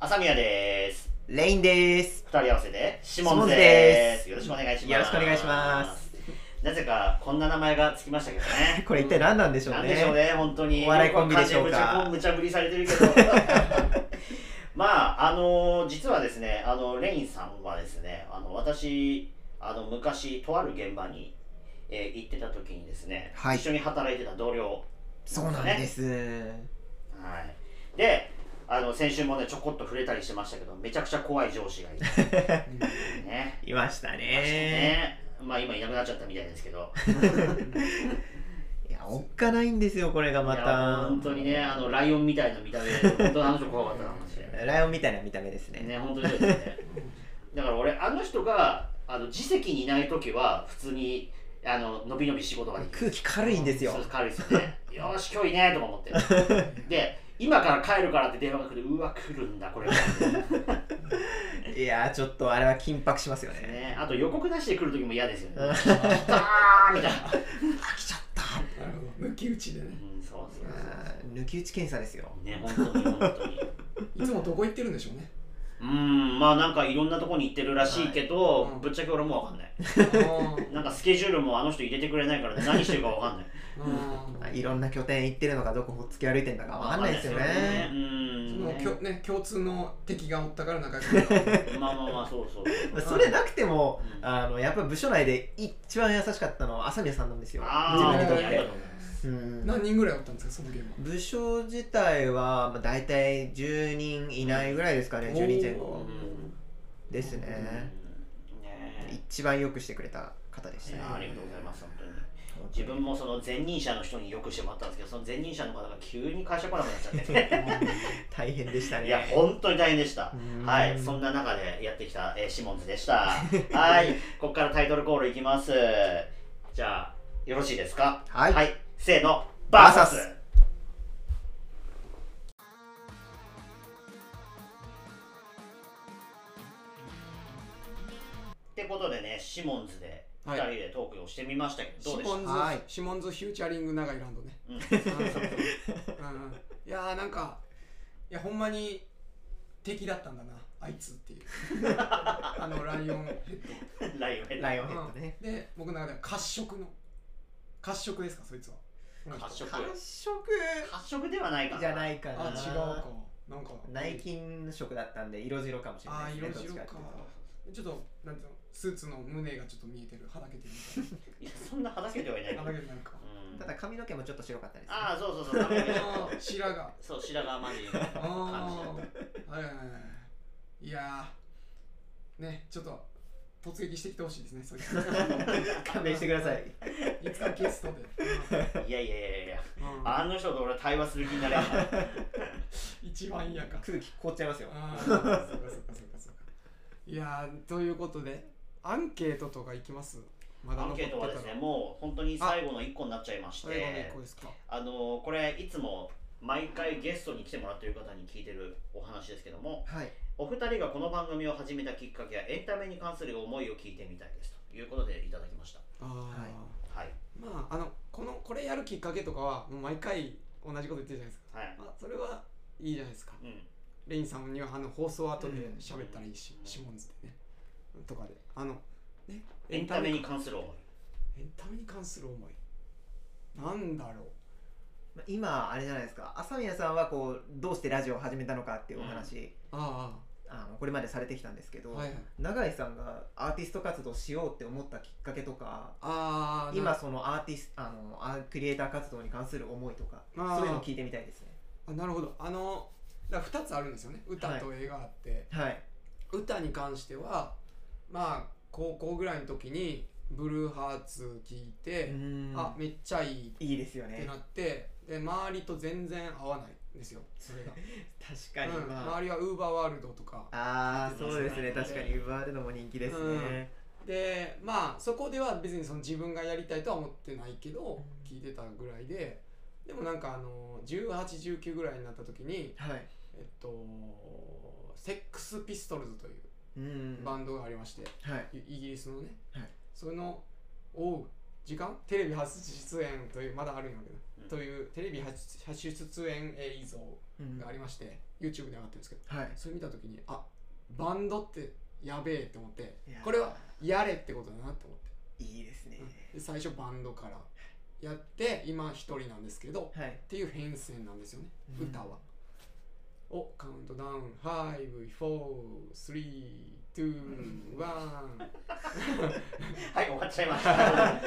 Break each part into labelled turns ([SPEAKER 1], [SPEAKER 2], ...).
[SPEAKER 1] 朝宮です。
[SPEAKER 2] レインです。
[SPEAKER 1] 二人合わせて、シモ
[SPEAKER 2] モ
[SPEAKER 1] ン
[SPEAKER 2] ン
[SPEAKER 1] ズ
[SPEAKER 2] ズ
[SPEAKER 1] で。
[SPEAKER 2] ですす
[SPEAKER 1] よろしくお願いします。
[SPEAKER 2] よろしくお願いします。
[SPEAKER 1] なぜか、こんな名前がつきましたけどね。
[SPEAKER 2] これ一体何なんでしょう
[SPEAKER 1] なん
[SPEAKER 2] ね。
[SPEAKER 1] でしょうね、本当に。
[SPEAKER 2] お笑いコンビでしょうか
[SPEAKER 1] 無茶ぶりされてるけど。 まあ、あの、実はですね、あの、レインさんはですね、あの、私、あの、昔、とある現場に、えー行ってた時にですね、
[SPEAKER 2] はい
[SPEAKER 1] 一緒に働いてた同僚。
[SPEAKER 2] そうなんです。
[SPEAKER 1] はい、であの先週もねちょこっと触れたりしてましたけどめちゃくちゃ怖い上司 がいてね
[SPEAKER 2] いました
[SPEAKER 1] ました
[SPEAKER 2] ね。
[SPEAKER 1] ねまあ今いなくなっちゃったみたいですけど
[SPEAKER 2] いや、おっかないんですよ、これがま
[SPEAKER 1] いや
[SPEAKER 2] た。
[SPEAKER 1] 本当にねあのライオンみたいな見た目で本当にあの人怖かったなマジで
[SPEAKER 2] ライオンみたいな見た目ですね。
[SPEAKER 1] ね本当にそうですねだから俺あの人があの自責にいない時は普通にあののびのび仕事ができる
[SPEAKER 2] 空気軽いんですよ
[SPEAKER 1] そう。軽いですよねよーし今日いいねとか思って で今から帰るからって電話が来てうわ来るんだこれ
[SPEAKER 2] いや、ちょっとあれは緊迫しますよね。
[SPEAKER 1] ね、あと予告なしで来る時も嫌ですよね。
[SPEAKER 2] うん
[SPEAKER 1] 来たーみたいな。
[SPEAKER 2] あ、来ちゃった。
[SPEAKER 3] なるほど抜き打ちでね
[SPEAKER 1] うん、そうそう
[SPEAKER 2] あ
[SPEAKER 1] そ
[SPEAKER 2] ー抜き打ち検査ですよ。
[SPEAKER 1] う。ね、本当に本当に。
[SPEAKER 3] いつもどこ行ってるんでしょうね
[SPEAKER 1] うん、まあなんかいろんなとこに行ってるらしいけど、
[SPEAKER 3] はいうん
[SPEAKER 1] ぶっちゃけ俺もわかんない。
[SPEAKER 3] あー
[SPEAKER 1] なんかスケジュールもあの人入れてくれないから何してるかわかんない。
[SPEAKER 3] あ
[SPEAKER 2] まあ
[SPEAKER 3] ー
[SPEAKER 2] いろんな拠点行ってるのか、どこほっつき歩いてんだかわかんないですよ
[SPEAKER 1] わかんない
[SPEAKER 2] ね。
[SPEAKER 3] そ
[SPEAKER 1] うん
[SPEAKER 3] の
[SPEAKER 1] ね
[SPEAKER 3] きょね共通の敵がおったから仲良くな った
[SPEAKER 1] まあまあまあ、そうそう
[SPEAKER 2] まあ
[SPEAKER 1] そ。
[SPEAKER 2] そうれなくても
[SPEAKER 1] う、ん
[SPEAKER 2] あの、やっぱ部署内で一番優しかったのは朝宮さんなんですよ。自
[SPEAKER 1] あ
[SPEAKER 2] 分
[SPEAKER 1] あ、
[SPEAKER 2] にと
[SPEAKER 1] 本
[SPEAKER 2] っ
[SPEAKER 1] 当にありが
[SPEAKER 2] て
[SPEAKER 1] とう。ございます。
[SPEAKER 2] うん
[SPEAKER 3] 何人ぐらいおったんですかその現場
[SPEAKER 2] 部署自体は、まあ、大体10人いないぐらいですかね、10人前
[SPEAKER 1] う
[SPEAKER 2] 後
[SPEAKER 1] ん
[SPEAKER 2] ですね、
[SPEAKER 1] うんね
[SPEAKER 2] 一番よくしてくれた方でした
[SPEAKER 1] い
[SPEAKER 2] ね
[SPEAKER 1] やありがとうございます、本当に。自分もその前任者の人によくしてもらったんですけど、その前任者の方が急に会社来なくなっちゃって、
[SPEAKER 2] 大変でしたね
[SPEAKER 1] いや、本当に大変でした。
[SPEAKER 2] うん
[SPEAKER 1] はい、そんな中でやってきた、えーシモンズで した。はい、ここからタイトルコールいきます。じゃあ、よろしいですか
[SPEAKER 2] はい
[SPEAKER 1] せーの、バーサス
[SPEAKER 2] バーサ
[SPEAKER 1] ってことでね、シモンズで2人でトークをしてみましたけど、
[SPEAKER 3] シ
[SPEAKER 1] ど
[SPEAKER 3] モ
[SPEAKER 1] う
[SPEAKER 3] ン
[SPEAKER 1] で
[SPEAKER 3] ズ、
[SPEAKER 2] はい
[SPEAKER 3] シモンズフューチャリング長井ランド ね、
[SPEAKER 1] した、
[SPEAKER 3] うんうんいやーなんかいやほんまに敵だったんだなあいつって いうあのライオンヘッ
[SPEAKER 1] うん、 ライオンヘッド
[SPEAKER 2] ライオンヘッドね
[SPEAKER 3] ドで僕の中では褐色の褐色ですかそいつは
[SPEAKER 1] 褐色
[SPEAKER 2] 褐色
[SPEAKER 1] 発色ではないかな
[SPEAKER 2] じゃないかな
[SPEAKER 3] あ違うかなんか
[SPEAKER 2] 内勤色だったんで色白かもしれないですね
[SPEAKER 3] あー色
[SPEAKER 2] どっちっ
[SPEAKER 3] 白
[SPEAKER 2] ていう
[SPEAKER 3] かちょっとなんていうのスーツの胸がちょっと見えてるはだけてるみた
[SPEAKER 1] いやそんなはだけてはいない
[SPEAKER 3] いなはだけてなんか
[SPEAKER 1] うん
[SPEAKER 2] とただ髪の毛もちょっと白かったですね
[SPEAKER 1] ああそうそうそう髪の毛
[SPEAKER 3] あー白 が
[SPEAKER 1] そう白髪混じりの
[SPEAKER 3] あ
[SPEAKER 1] 感じだっ
[SPEAKER 3] あはいはいはいいやーねちょっと突撃してきてほしいですねそいつ
[SPEAKER 2] 勘弁してください
[SPEAKER 3] いつかゲストで、
[SPEAKER 1] たいやいやいやいや
[SPEAKER 3] うん
[SPEAKER 1] あの人と俺は対話する気に なれない
[SPEAKER 3] 一番嫌か
[SPEAKER 2] 空気凍っちゃいますよ
[SPEAKER 3] ああそうかそうかそうかそうかいやーということでアンケートとかいきますまだ
[SPEAKER 1] アン
[SPEAKER 3] 残って
[SPEAKER 1] ケー
[SPEAKER 3] た
[SPEAKER 1] トは
[SPEAKER 3] ら
[SPEAKER 1] ですねもう本当に最後の1個になっちゃいまし
[SPEAKER 3] 最後の一
[SPEAKER 1] て
[SPEAKER 3] 個ですか
[SPEAKER 1] あのこれいつも毎回ゲストに来てもらってる方に聞いてるお話ですけども
[SPEAKER 2] はい
[SPEAKER 1] お二人がこの番組を始めたきっかけやエンタメに関する思いを聞いてみたいですということでいただきました
[SPEAKER 3] ああ、
[SPEAKER 2] はい
[SPEAKER 1] はい
[SPEAKER 3] まああのこのこれやるきっかけとかはもう毎回同じこと言ってるじゃないですか、
[SPEAKER 1] はい
[SPEAKER 3] まあ、それはいいじゃないですか
[SPEAKER 1] うん
[SPEAKER 3] レインさんにはあの放送後で喋ったらいいし、
[SPEAKER 1] うん
[SPEAKER 3] シモンズでねとかであのね
[SPEAKER 1] エンタメ
[SPEAKER 3] エ
[SPEAKER 1] に関する思い
[SPEAKER 3] ンタメに関する思いなんだろ
[SPEAKER 2] まあ今あれじゃないですか朝宮さんはこうどうしてラジオを始めたのかっていうお話、
[SPEAKER 3] うあ
[SPEAKER 2] あのこれまでされてきたんですけ
[SPEAKER 3] あ
[SPEAKER 2] ど、
[SPEAKER 3] はいはい
[SPEAKER 2] 永井さんがアーティスト活動しようって思ったきっかけとか
[SPEAKER 3] ああ
[SPEAKER 2] 今そのアーティスあのアークリエイター活動に関する思いとか
[SPEAKER 3] あー
[SPEAKER 2] そういうの聞いてみたいですね
[SPEAKER 3] あなるほどあのだ2つあるんですよね歌と映画あって、
[SPEAKER 2] はい
[SPEAKER 3] 歌に関してはまあ高校ぐらいの時にブルーハーツ聴いて、あ
[SPEAKER 2] あ
[SPEAKER 3] めっちゃいい
[SPEAKER 2] いいですよ
[SPEAKER 3] って
[SPEAKER 2] ね
[SPEAKER 3] なってで周りと全然合わないんですよそれが、
[SPEAKER 2] 確かに、
[SPEAKER 3] うん
[SPEAKER 2] まあ
[SPEAKER 3] 周りはウーバーワールドとか
[SPEAKER 2] あーそうですね
[SPEAKER 1] そうで
[SPEAKER 2] 確
[SPEAKER 1] す
[SPEAKER 2] か
[SPEAKER 1] ね
[SPEAKER 2] にウーバールドも人気ですね、
[SPEAKER 3] でまあそこでは別にその自分がやりたいとは思ってないけど
[SPEAKER 2] うん
[SPEAKER 3] 聞いてたぐらいででもなんかあの1819ぐらいになった時に
[SPEAKER 2] はい
[SPEAKER 3] えっとセックスピストルズという
[SPEAKER 2] うん
[SPEAKER 3] バンドがありまして、
[SPEAKER 2] はい
[SPEAKER 3] イギリスのね、
[SPEAKER 2] はい
[SPEAKER 3] その「おう時間テレビ初出演というまだあるんやけど、
[SPEAKER 1] うん
[SPEAKER 3] というテレビ初初出演映像
[SPEAKER 2] うん
[SPEAKER 3] がありまして、YouTube で上がってるんですけど
[SPEAKER 2] はい
[SPEAKER 3] それ見た時にあバンドってやべえって思って
[SPEAKER 2] いやー
[SPEAKER 3] これはやれってことだなって思って、
[SPEAKER 2] いいですね
[SPEAKER 3] で最初バンドからやって今一人なんですけど
[SPEAKER 2] はい
[SPEAKER 3] っていう変遷なんですよね、
[SPEAKER 2] うん
[SPEAKER 3] 歌は。おカウントダウン54321
[SPEAKER 1] はい、終わっちゃいました。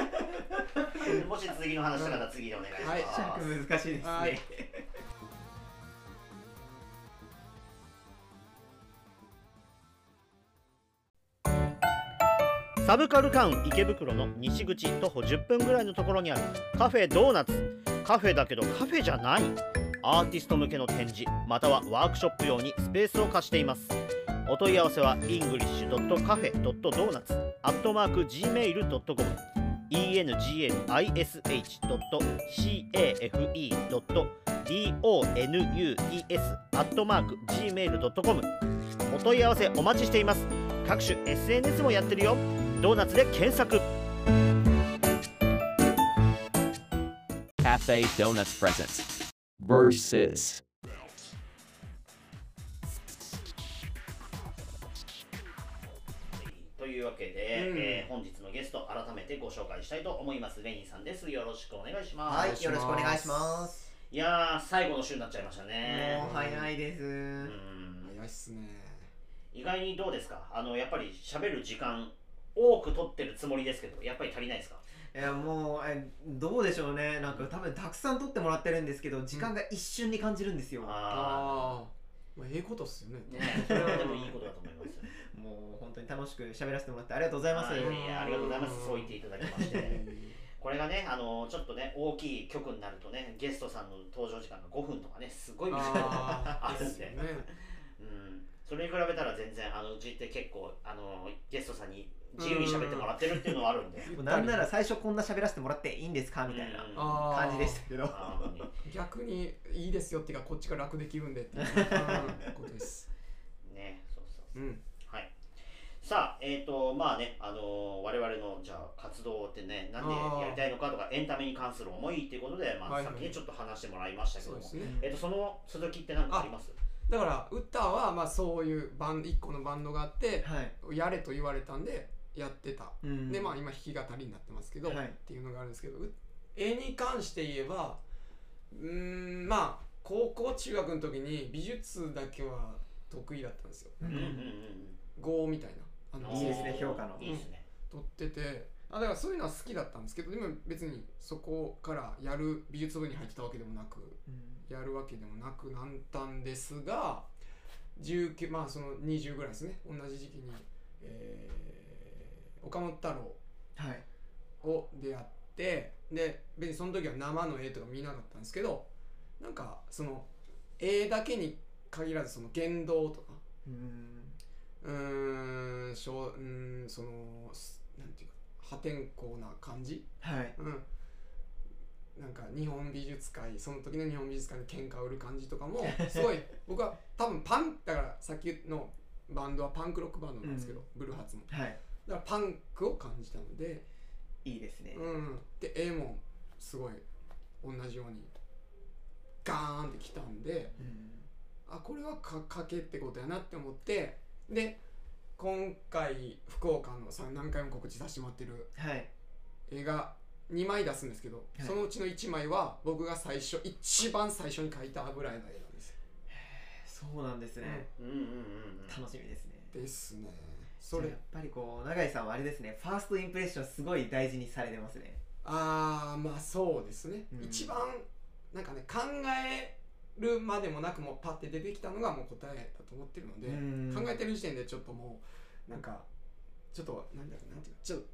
[SPEAKER 1] もし次の話なら次でお願いします。
[SPEAKER 3] はい
[SPEAKER 2] ちょっと難しいです
[SPEAKER 3] はい
[SPEAKER 2] ね
[SPEAKER 1] サブカルカウン池袋の西口徒歩10分ぐらいのところにあるカフェドーナツカフェだけどカフェじゃないアーティスト向けの展示またはワークショップ用にスペースを貸していますお問い合わせは english.cafe.donuts.gmail.com english.cafe.donuts.gmail.com お問い合わせお待ちしています各種 SNS もやってるよドーナツで検索
[SPEAKER 4] Cafe Donuts presents versus.
[SPEAKER 1] というわけで、
[SPEAKER 3] うん
[SPEAKER 1] えー本日のゲスト改めてご紹介したいと思いますレインさんですよろしくお願いします、、
[SPEAKER 2] はいいよろしくお願いします
[SPEAKER 1] やー最後の週になっちゃいましたね
[SPEAKER 2] もう早いです
[SPEAKER 1] うん
[SPEAKER 3] 早いっすね
[SPEAKER 1] 意外にどうですかあのやっぱり喋る時間多く取ってるつもりですけどやっぱり足りないですか
[SPEAKER 2] いやもうえどうでしょうねなんか多分たくさん撮ってもらってるんですけど時間が一瞬に感じるんですよ、
[SPEAKER 1] あ
[SPEAKER 3] ああまあええことっすよね
[SPEAKER 1] ーねそれはでもいいことだと思いますよ
[SPEAKER 2] もう本当に楽しく喋らせてもらってありがとうございます、
[SPEAKER 1] あーいやいやありがとうございま
[SPEAKER 3] う
[SPEAKER 1] す
[SPEAKER 3] ん
[SPEAKER 1] そう言っていただきまして これがねあのちょっとね大きい曲になるとねゲストさんの登場時間が5分とかねすごい短いのがあ
[SPEAKER 3] あー
[SPEAKER 1] る
[SPEAKER 3] で
[SPEAKER 1] ん
[SPEAKER 3] すよ
[SPEAKER 1] で
[SPEAKER 3] ね
[SPEAKER 1] うんそれに比べたら全然あのうちって結構あのゲストさんに自由に喋ってもらってるっていうのはあるんで
[SPEAKER 2] もうなんなら最初こんな喋らせてもらっていいんですかみたいな
[SPEAKER 1] うんあ
[SPEAKER 3] あー
[SPEAKER 2] 感じでしたけど
[SPEAKER 1] ー本当
[SPEAKER 3] 逆にいいですよっていうかこっちが楽できるんでっていううんことです
[SPEAKER 1] にねそうそうそう
[SPEAKER 3] うん
[SPEAKER 1] はいさあえっ、とまあねあの我々のじゃあ活動ってねなんでやりたいのかとかエンタメに関する思いっていうことで、ま
[SPEAKER 3] は
[SPEAKER 1] あ、
[SPEAKER 3] いは
[SPEAKER 1] さ
[SPEAKER 3] い
[SPEAKER 1] っきねちょっと話してもらいましたけ
[SPEAKER 3] そ
[SPEAKER 1] ど
[SPEAKER 3] う
[SPEAKER 1] も、
[SPEAKER 3] ですね
[SPEAKER 1] えっとその続きって何かあります
[SPEAKER 3] だから歌はまあそういうバン1個のバンドがあって
[SPEAKER 2] はい、
[SPEAKER 3] やれと言われたんでやってた
[SPEAKER 2] うん
[SPEAKER 3] でまあ今弾き語りになってますけど、
[SPEAKER 2] はい
[SPEAKER 3] っていうのがあるんですけどう絵に関して言えばうーんまあ高校中学の時に美術だけは得意だったんですよ
[SPEAKER 2] う
[SPEAKER 1] うんうんうん
[SPEAKER 2] ん
[SPEAKER 3] 語みたいなあ
[SPEAKER 1] うん
[SPEAKER 3] の
[SPEAKER 2] いいですね評価の
[SPEAKER 1] いいですね
[SPEAKER 3] 撮っててあだからそういうのは好きだったんですけどでも別にそこからやる美術部に入ってたわけでもなくやるわけでもなくなったんですが19まあその20ぐらいですね同じ時期に、えー岡本太郎
[SPEAKER 2] はい
[SPEAKER 3] を出会ってで別にその時は生の絵とか見なかったんですけどなんかその絵だけに限らずその言動とか
[SPEAKER 2] うん
[SPEAKER 3] うーんしょううーんそのすなんていうか破天荒な感じ、
[SPEAKER 2] はい
[SPEAKER 3] うん、なんか日本美術界その時の日本美術界に喧嘩を売る感じとか もすごい僕は多分パンだからさっきのバンドはパンクロックバンドなんですけど、
[SPEAKER 2] うん
[SPEAKER 3] ブルーハーツも
[SPEAKER 2] はい
[SPEAKER 3] だからパンクを感じたので
[SPEAKER 2] いいですね、
[SPEAKER 3] うん、で絵もすごい同じようにガーンってきたんで
[SPEAKER 2] うん
[SPEAKER 3] あこれはか賭けってことやなって思ってで今回福岡のさ何回も告知させてもらってる
[SPEAKER 2] はい
[SPEAKER 3] 映画2枚出すんですけど、
[SPEAKER 2] い
[SPEAKER 3] そのうちの1枚は僕が最初一番最初に描いた油絵の絵なんですよ
[SPEAKER 2] そうなんですね、
[SPEAKER 1] うんうんうんうん
[SPEAKER 2] 楽しみですね
[SPEAKER 3] ですね
[SPEAKER 2] そ
[SPEAKER 3] そ
[SPEAKER 2] れ
[SPEAKER 3] れ
[SPEAKER 2] やっぱりこう永井さんはあれですねファーストインプレッションすごい大事にされてますね
[SPEAKER 3] ああまあそうですね、
[SPEAKER 2] うん
[SPEAKER 3] 一番なんかね考えるまでもなくもうパッて出てきたのがもう答えだと思ってるので、
[SPEAKER 2] うん
[SPEAKER 3] 考えてる時点でちょっともうなんかちょっとなんだろうなんていうかちょっと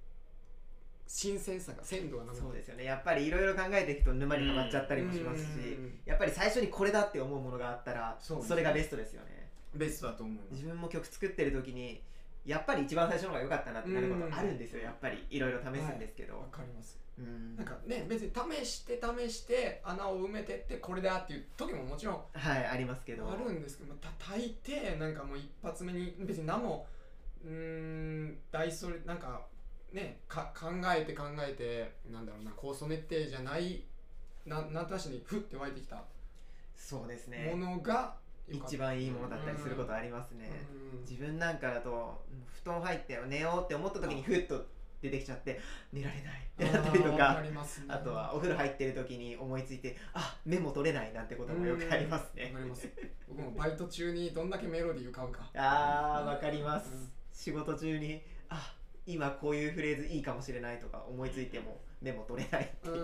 [SPEAKER 3] 新鮮さが鮮度がなく
[SPEAKER 2] そうですよねやっぱりいろいろ考えていくと沼にはまっちゃったりもしますし
[SPEAKER 3] うん
[SPEAKER 2] やっぱり最初にこれだって思うものがあったら
[SPEAKER 3] そう
[SPEAKER 2] そ
[SPEAKER 3] ですね
[SPEAKER 2] れがベストですよね
[SPEAKER 3] ベストだと思います
[SPEAKER 2] 自分も曲作ってる時にやっぱり一番最初の方が良かったなってなることあるんですよやっぱりいろいろ試すんですけど、
[SPEAKER 3] わかります
[SPEAKER 2] うん
[SPEAKER 3] なんかね別に試して試して穴を埋めてってこれだっていう時ももちろん
[SPEAKER 2] はいありますけど
[SPEAKER 3] あるんですけど、まあ、た大抵なんかもう一発目に別に何もうーん大それなんかねか考えて考えてなんだろうな構想練ってじゃないなんなんとなしにふって湧いてきた
[SPEAKER 2] そうですね
[SPEAKER 3] ものが良かった
[SPEAKER 2] 一番いいものだったりすることありますね、自分なんかだと布団入って寝ようって思った時にふっと出てきちゃって寝られないってなったりと
[SPEAKER 3] あーわ
[SPEAKER 2] か
[SPEAKER 3] りますね
[SPEAKER 2] あとはお風呂入ってる時に思いついてあメモ取れないなんてこともよくあります
[SPEAKER 3] うん
[SPEAKER 2] ね
[SPEAKER 3] わかります僕もバイト中にどんだけメロディー浮かぶか
[SPEAKER 2] あーわかります、
[SPEAKER 3] うん
[SPEAKER 2] 仕事中にあ今こういうフレーズいいかもしれないとか思いついてもメモ取れないって
[SPEAKER 3] う
[SPEAKER 2] いう、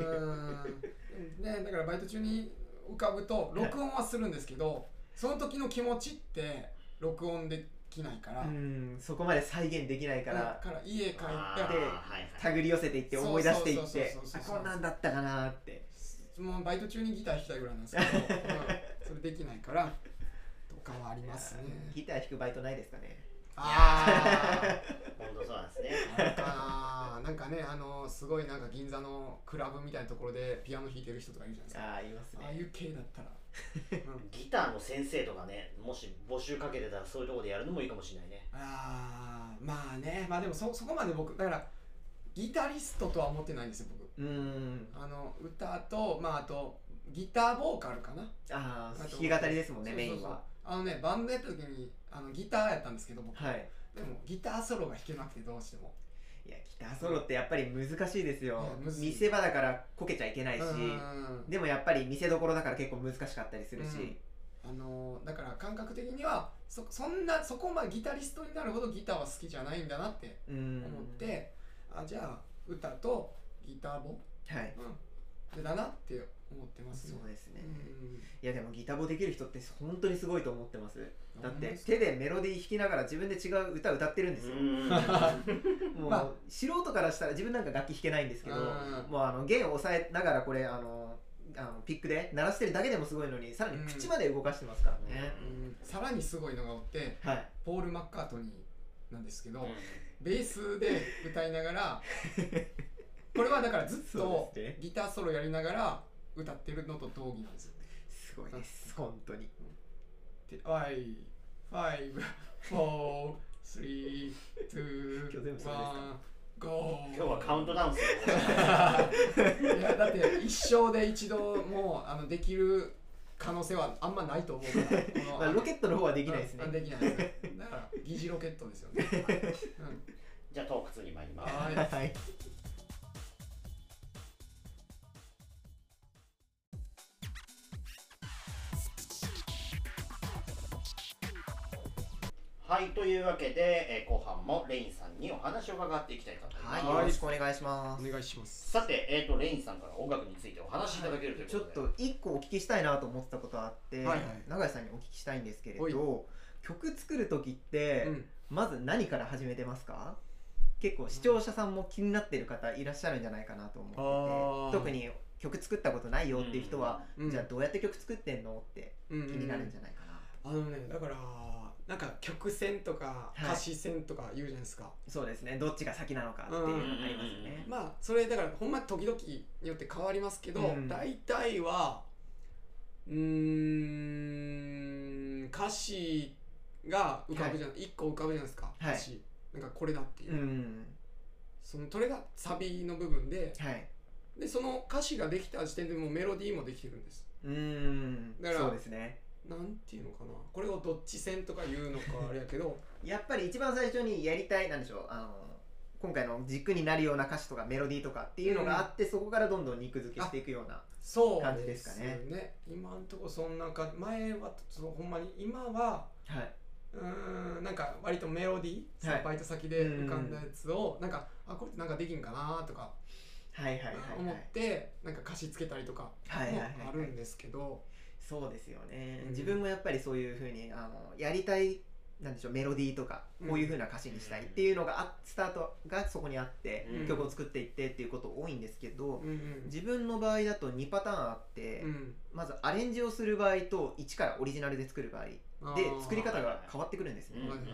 [SPEAKER 3] ーんねだからバイト中に浮かぶと録音はするんですけどその時の気持ちって録音できないから、
[SPEAKER 2] うんそこまで再現できないから、
[SPEAKER 3] から家帰って
[SPEAKER 1] あーはい
[SPEAKER 2] 手繰り寄せていって思い出していっ
[SPEAKER 3] そ
[SPEAKER 2] て
[SPEAKER 3] うそうそうそ
[SPEAKER 2] あ
[SPEAKER 3] うそう
[SPEAKER 2] こんなんだったかなーって
[SPEAKER 3] もうバイト中にギター弾きたいぐらいなんです けど、うんそれできないからとかはありますね
[SPEAKER 2] ギター弾くバイトないですかね
[SPEAKER 3] あ
[SPEAKER 1] はい本当そうなんですね
[SPEAKER 3] ーあるかななんかねあのすごいなんか銀座のクラブみたいなところでピアノ弾いてる人とかいるじゃないです
[SPEAKER 2] ああいます
[SPEAKER 3] かああい
[SPEAKER 2] ね
[SPEAKER 3] う系だったら、うん
[SPEAKER 1] ギターの先生とかねもし募集かけてたらそういうところでやるのもいいかもしれないね
[SPEAKER 3] あーまあねまあでもそそこまで僕だからギタリストとは思ってないんですよ僕
[SPEAKER 2] うーん
[SPEAKER 3] あの歌とまああとギターボーカルかな
[SPEAKER 2] ああ
[SPEAKER 3] あと
[SPEAKER 2] 弾き語りですもんね
[SPEAKER 3] そう
[SPEAKER 2] メ
[SPEAKER 3] そう
[SPEAKER 2] イ
[SPEAKER 3] そう
[SPEAKER 2] ンは
[SPEAKER 3] あのねバンドやった時にあのギターやったんですけど僕、
[SPEAKER 2] はい
[SPEAKER 3] でもギターソロが弾けなくてどうしても
[SPEAKER 2] いやギターソロってやっぱり難しいですよ
[SPEAKER 3] いやむずい
[SPEAKER 2] 見せ場だからこけちゃいけないし
[SPEAKER 3] うん
[SPEAKER 2] でもやっぱり見せどころだから結構難しかったりするし、
[SPEAKER 3] うんあのだから感覚的にはそそんなそこまでギタリストになるほどギターは好きじゃないんだなって
[SPEAKER 2] うん
[SPEAKER 3] 思って、あじゃあ歌とギターボ、
[SPEAKER 2] はい
[SPEAKER 3] うん、でだなって思ってますね
[SPEAKER 2] そうですね、
[SPEAKER 3] うん
[SPEAKER 2] いやでもギターボできる人って本当にすごいと思ってますだっ
[SPEAKER 3] ほんま
[SPEAKER 2] て
[SPEAKER 3] です
[SPEAKER 2] 手でメロディー弾きながら自分で違う歌歌ってるんですよ
[SPEAKER 1] うん
[SPEAKER 2] もう、
[SPEAKER 3] まあ
[SPEAKER 2] 素人からしたら自分なんか楽器弾けないんですけど
[SPEAKER 3] うん
[SPEAKER 2] もうあの弦を押さえながらこれあのあのピックで鳴らしてるだけでもすごいのにさらに口まで動かしてますからね、
[SPEAKER 3] うんさらにすごいのがおって
[SPEAKER 2] はい
[SPEAKER 3] ポール・マッカートニーなんですけど、ベースで歌いながらこれはだからずっ
[SPEAKER 2] そ
[SPEAKER 3] と
[SPEAKER 2] うですね
[SPEAKER 3] ギターソロやりながら歌ってるのと同義なんですよ。
[SPEAKER 2] すごいです本当に
[SPEAKER 3] で I five four three
[SPEAKER 2] 今日全部それで
[SPEAKER 3] two
[SPEAKER 2] すか
[SPEAKER 3] one go
[SPEAKER 1] 今日はカウントダウンするよ
[SPEAKER 3] いやだって一生で一度もうあのできる可能性はあんまないと思うからこ
[SPEAKER 2] まあ、ロケットの方はで
[SPEAKER 3] で
[SPEAKER 2] きないですね
[SPEAKER 3] できないですねだから疑似ロケットですよ ね、うん
[SPEAKER 1] じゃあトーク2に参ります
[SPEAKER 3] はい
[SPEAKER 2] はい
[SPEAKER 1] はいというわけで、えー後半もレインさんにお話を伺っていきたいかと思います、
[SPEAKER 2] はいよろしくお願いします
[SPEAKER 3] お願いします。
[SPEAKER 1] さて、えー、とレインさんから音楽についてお話しいただけるという
[SPEAKER 2] ちょ
[SPEAKER 1] こ
[SPEAKER 2] っ
[SPEAKER 1] とで、
[SPEAKER 2] と一個お聞きしたいなと思ってたことあって、
[SPEAKER 3] はいはい
[SPEAKER 2] 永井さんにお聞きしたいんですけれ
[SPEAKER 3] おい
[SPEAKER 2] ど曲作る時って、
[SPEAKER 3] うん、
[SPEAKER 2] まず何から始めてますか結構視聴者さんも気になってる方いらっしゃるんじゃないかなと思ってて
[SPEAKER 3] あー
[SPEAKER 2] 特に曲作ったことないよっていう人は、
[SPEAKER 3] うん
[SPEAKER 2] じゃあどうやって曲作ってんのって
[SPEAKER 3] 気
[SPEAKER 2] 気になるんじゃないかな、
[SPEAKER 3] あのねだからなんか曲線とか
[SPEAKER 2] はい
[SPEAKER 3] 歌詞線とか言うじゃないですか、
[SPEAKER 2] そうですねどっちが先なのかっていうのがありますね、
[SPEAKER 3] まあそれだからほんま時々によって変わりますけど、
[SPEAKER 2] うん
[SPEAKER 3] 大体はうーん歌詞が浮かぶじゃん、一1個浮かぶじゃないですか、
[SPEAKER 2] はい
[SPEAKER 3] 歌詞なんかこれだっていう、
[SPEAKER 2] うん
[SPEAKER 3] そのそれがサビの部分で
[SPEAKER 2] はい
[SPEAKER 3] でその歌詞ができた時点でもうメロディーもできてるんです
[SPEAKER 2] うん
[SPEAKER 3] だから
[SPEAKER 2] そうですね
[SPEAKER 3] なんていうのかなこれをどっち線とか言うのかあれや けど
[SPEAKER 2] やっぱり一番最初にやりたいなんでしょうあの今回の軸になるような歌詞とかメロディーとかっていうのがあって、そこからどんどん肉付けしていくような
[SPEAKER 3] そう
[SPEAKER 2] 感じですかね
[SPEAKER 3] ですね今のとこそんな感じ前はそうほんまに今は
[SPEAKER 2] はい、
[SPEAKER 3] うーんなんか割とメロディー、そ
[SPEAKER 2] はい
[SPEAKER 3] のバイト先で浮かんだやつをなんかあこれなんかできんかなとか
[SPEAKER 2] はいはいはいはい
[SPEAKER 3] 思って、なんか歌詞つけたりとかも
[SPEAKER 2] はいはいはい
[SPEAKER 3] あるんですけど、
[SPEAKER 2] そうですよね、
[SPEAKER 3] うん
[SPEAKER 2] 自分もやっぱりそういうふうにあのやりたいなんでしょうメロディーとか
[SPEAKER 3] うん
[SPEAKER 2] こういうふうな歌詞にしたいっていうのがあスタートがそこにあって、
[SPEAKER 1] うん
[SPEAKER 2] 曲を作っていってっていうこと多いんですけど、
[SPEAKER 3] うんうん
[SPEAKER 2] 自分の場合だと2パターンあって、
[SPEAKER 3] うん
[SPEAKER 2] まずアレンジをする場合と1からオリジナルで作る場合
[SPEAKER 3] あ
[SPEAKER 2] で
[SPEAKER 3] ー
[SPEAKER 2] 作り方が変わってくるんですね、
[SPEAKER 1] うん
[SPEAKER 3] はいはい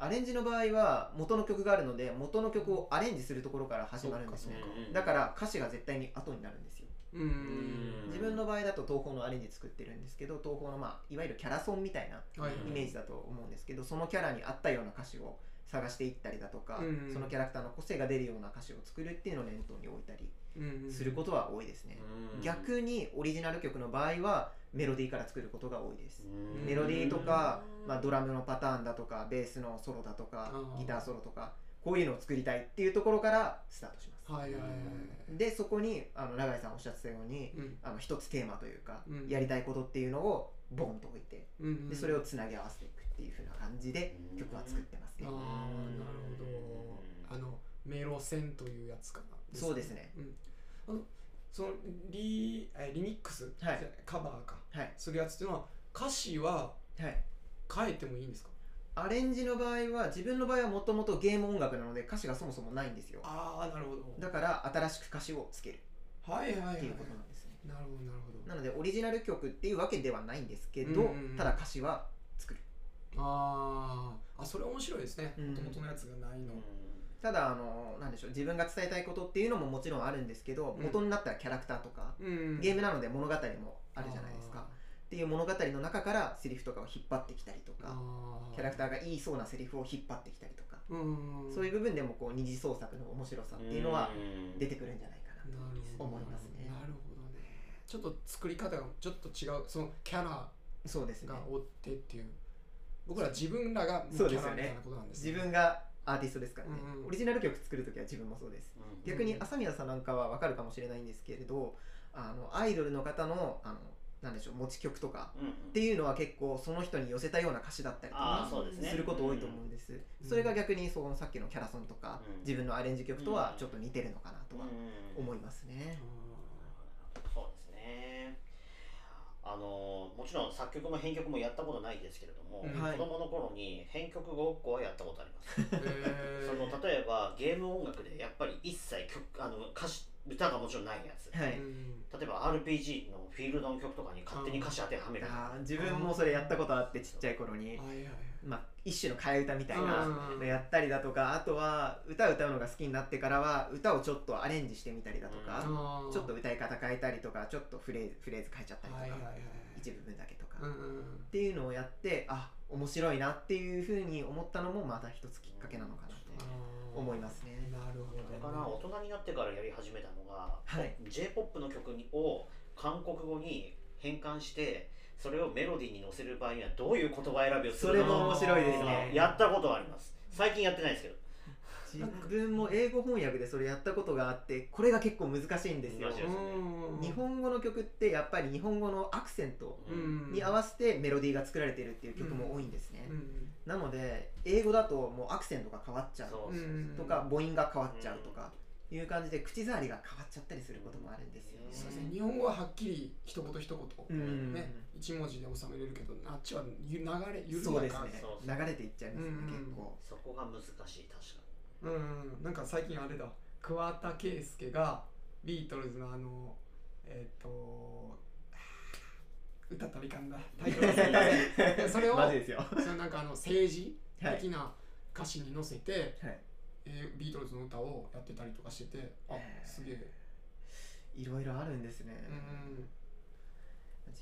[SPEAKER 2] アレンジの場合は元の曲があるので元の曲をアレンジするところから始まるんです
[SPEAKER 3] そ
[SPEAKER 2] ね
[SPEAKER 3] うか
[SPEAKER 1] うん
[SPEAKER 2] だから歌詞が絶対に後になるんですよ
[SPEAKER 3] うん
[SPEAKER 1] うん
[SPEAKER 2] 自分の場合だと東宝のアレンジ作ってるんですけど東宝の、まあ、いわゆるキャラソンみたいな
[SPEAKER 3] はい
[SPEAKER 2] イメージだと思うんですけどそのキャラに合ったような歌詞を探していったりだとか、
[SPEAKER 3] うん
[SPEAKER 2] そのキャラクターの個性が出るような歌詞を作るっていうのを念頭に置いたり
[SPEAKER 3] うん
[SPEAKER 2] することは多いですね、
[SPEAKER 1] うん
[SPEAKER 2] 逆にオリジナル曲の場合はメロディーから作ることが多いです、
[SPEAKER 1] うん
[SPEAKER 2] メロディーとか、まあ、ドラムのパターンだとかベースのソロだとか
[SPEAKER 3] あー
[SPEAKER 2] ギターソロとかこういうのを作りたいっていうところからスタートします、
[SPEAKER 3] はいはいはいはい
[SPEAKER 2] でそこにあの永井さんおっしゃってたように
[SPEAKER 3] うん
[SPEAKER 2] あの一つテーマというか、
[SPEAKER 3] うん
[SPEAKER 2] やりたいことっていうのをボンと置いて
[SPEAKER 3] うんうん
[SPEAKER 2] でそれをつなぎ合わせていくっていう風な感じで
[SPEAKER 1] うん
[SPEAKER 2] 曲は作ってます
[SPEAKER 3] ああ
[SPEAKER 2] ね、
[SPEAKER 3] なるほどあのメロ線というやつかな
[SPEAKER 2] そうですね
[SPEAKER 3] うんあのそのリえリミックス、
[SPEAKER 2] はい
[SPEAKER 3] じゃカバーか
[SPEAKER 2] はい
[SPEAKER 3] するやつっていうのは歌詞は
[SPEAKER 2] はい
[SPEAKER 3] 変えてもいいんですか
[SPEAKER 2] アレンジの場合は自分の場合はもともとゲーム音楽なので歌詞がそもそもないんですよ
[SPEAKER 3] ああなるほど
[SPEAKER 2] だから新しく歌詞をつける
[SPEAKER 3] はいはいはい
[SPEAKER 2] っていうことなんですね
[SPEAKER 3] なるほどなるほど
[SPEAKER 2] なのでオリジナル曲っていうわけではないんですけ
[SPEAKER 3] う
[SPEAKER 2] ど
[SPEAKER 3] んうんうん
[SPEAKER 2] ただ歌詞は作る
[SPEAKER 3] あーあそれ面白いですね
[SPEAKER 2] うん
[SPEAKER 3] もともとのやつがないの、
[SPEAKER 2] ただあのなんでしょう自分が伝えたいことっていうのももちろんあるんですけど
[SPEAKER 3] うん
[SPEAKER 2] 元になったらキャラクターとか
[SPEAKER 3] うん
[SPEAKER 2] ゲームなので物語もあるじゃないですかっていう物語の中からセリフとかを引っ張ってきたりと
[SPEAKER 3] あー
[SPEAKER 2] か
[SPEAKER 3] あ
[SPEAKER 2] キャラクタ
[SPEAKER 3] ー
[SPEAKER 2] ーが言いそうなセリフを引っ張ってきたりとか
[SPEAKER 3] うん
[SPEAKER 2] そういう部分でもこう二次創作の面白さっていうのは出てくるんじゃないか
[SPEAKER 3] な
[SPEAKER 2] な
[SPEAKER 3] るほど
[SPEAKER 2] 思いますね
[SPEAKER 3] なるほどねちょっと作り方がちょっと違うそのキャラ
[SPEAKER 2] そうですね
[SPEAKER 3] が追ってっていう僕ら自分らがも
[SPEAKER 2] そう
[SPEAKER 3] キ
[SPEAKER 2] で
[SPEAKER 3] ャ
[SPEAKER 2] すよ
[SPEAKER 3] ラ
[SPEAKER 2] ね
[SPEAKER 3] みたいなことなんですね
[SPEAKER 2] 自分がアーティストですからね
[SPEAKER 3] うんうん
[SPEAKER 2] オリジナル曲作る時は自分もそうです逆に
[SPEAKER 3] うん
[SPEAKER 2] 朝宮さんなんかは分かるかもしれないんですけれどあのアイドルの方のあのなんでしょう持ち曲とか
[SPEAKER 1] っ
[SPEAKER 2] っていうのは結構その人に寄せたような歌詞だったりと
[SPEAKER 1] あ
[SPEAKER 2] か
[SPEAKER 1] あそうですね
[SPEAKER 2] すること多いと思うんです、それが逆にそのさっきのキャラソンとか、
[SPEAKER 1] うん
[SPEAKER 2] 自分のアレンジ曲とはちょっと似てるのかなとは
[SPEAKER 1] うん
[SPEAKER 2] 思いますね、
[SPEAKER 1] そうですねあのもちろん作曲も編曲もやったことないですけれども、
[SPEAKER 3] うん
[SPEAKER 2] はい
[SPEAKER 1] 子供の頃に編曲ごっこはやったことあります
[SPEAKER 3] へー
[SPEAKER 1] その例えばゲーム音楽でやっぱり一切曲あの歌詞歌がもちろんないやつ
[SPEAKER 2] は
[SPEAKER 3] う
[SPEAKER 2] い
[SPEAKER 3] ん
[SPEAKER 1] 例えば RPG のフィールドの曲とかに勝手に歌詞当てはめる
[SPEAKER 2] あー自分もそれやったことあってちっちゃい頃に、
[SPEAKER 3] はいはいはい
[SPEAKER 2] まあ、一種の替え歌みたいな
[SPEAKER 3] うん
[SPEAKER 2] のやったりだとかあとは歌を歌うのが好きになってからは歌をちょっとアレンジしてみたりだとか、
[SPEAKER 3] あー
[SPEAKER 2] ちょっと歌い方変えたりとかちょっとフレーズフレーズ変えちゃったりとか、
[SPEAKER 3] はいはいはい
[SPEAKER 2] 一部分だけとか、
[SPEAKER 3] うん
[SPEAKER 2] っ
[SPEAKER 3] うん
[SPEAKER 2] ていうのをやってあ面白いなっていうふうに思ったのもまた一つきっかけなのかな
[SPEAKER 3] あ
[SPEAKER 2] と
[SPEAKER 3] ー
[SPEAKER 2] 思いますね。
[SPEAKER 3] なるほど
[SPEAKER 1] あれかな大人になってからやり始めたのが、
[SPEAKER 2] はい
[SPEAKER 1] j p o p の曲を韓国語に変換してそれをメロディーに乗せる場合にはどういう言葉選びをす
[SPEAKER 2] そ
[SPEAKER 1] る
[SPEAKER 2] れ
[SPEAKER 1] の
[SPEAKER 2] も面白いです
[SPEAKER 1] か
[SPEAKER 2] ね
[SPEAKER 1] やったことはあります最近やってないですけど
[SPEAKER 2] 自分も英語翻訳でそれやったことがあってこれが結構難しいんですよ
[SPEAKER 1] 難しい
[SPEAKER 3] うん
[SPEAKER 2] 日本語の曲ってやっぱり日本語のアクセント
[SPEAKER 3] うん
[SPEAKER 2] に合わせてメロディーが作られてるっていう曲も多いんですね、
[SPEAKER 3] うん
[SPEAKER 2] なので英語だともうアクセントが変わっちゃう
[SPEAKER 1] そう
[SPEAKER 3] う
[SPEAKER 1] そうそうん
[SPEAKER 2] とか母音が変わっちゃうとかいう感じで口触りが変わっちゃったりすることもあるんですよ
[SPEAKER 1] うん
[SPEAKER 3] そうです
[SPEAKER 2] ね。
[SPEAKER 3] ね日本語ははっきり一言一
[SPEAKER 2] う
[SPEAKER 3] 言、
[SPEAKER 2] ん
[SPEAKER 3] ね、一文字で収めれるけどあっちはゆ流れ緩
[SPEAKER 2] そう
[SPEAKER 3] や
[SPEAKER 2] です
[SPEAKER 3] か
[SPEAKER 2] ね
[SPEAKER 1] そうそ
[SPEAKER 2] 流れていっちゃいますね
[SPEAKER 3] うん
[SPEAKER 2] 結構
[SPEAKER 1] そこが難しい確か
[SPEAKER 3] うんうんなんか最近あれだ桑田佳祐がビートルズのあのえっ、と歌ったらいかんだタイトル忘れたい やそれを
[SPEAKER 2] マジですよ
[SPEAKER 3] そのなんかあの政治
[SPEAKER 2] はい
[SPEAKER 3] 的な歌詞に乗せて、
[SPEAKER 2] はい
[SPEAKER 3] えービートルズの歌をやってたりとかしててあ
[SPEAKER 2] えー
[SPEAKER 3] すげえ
[SPEAKER 2] いろいろあるんですね
[SPEAKER 3] うん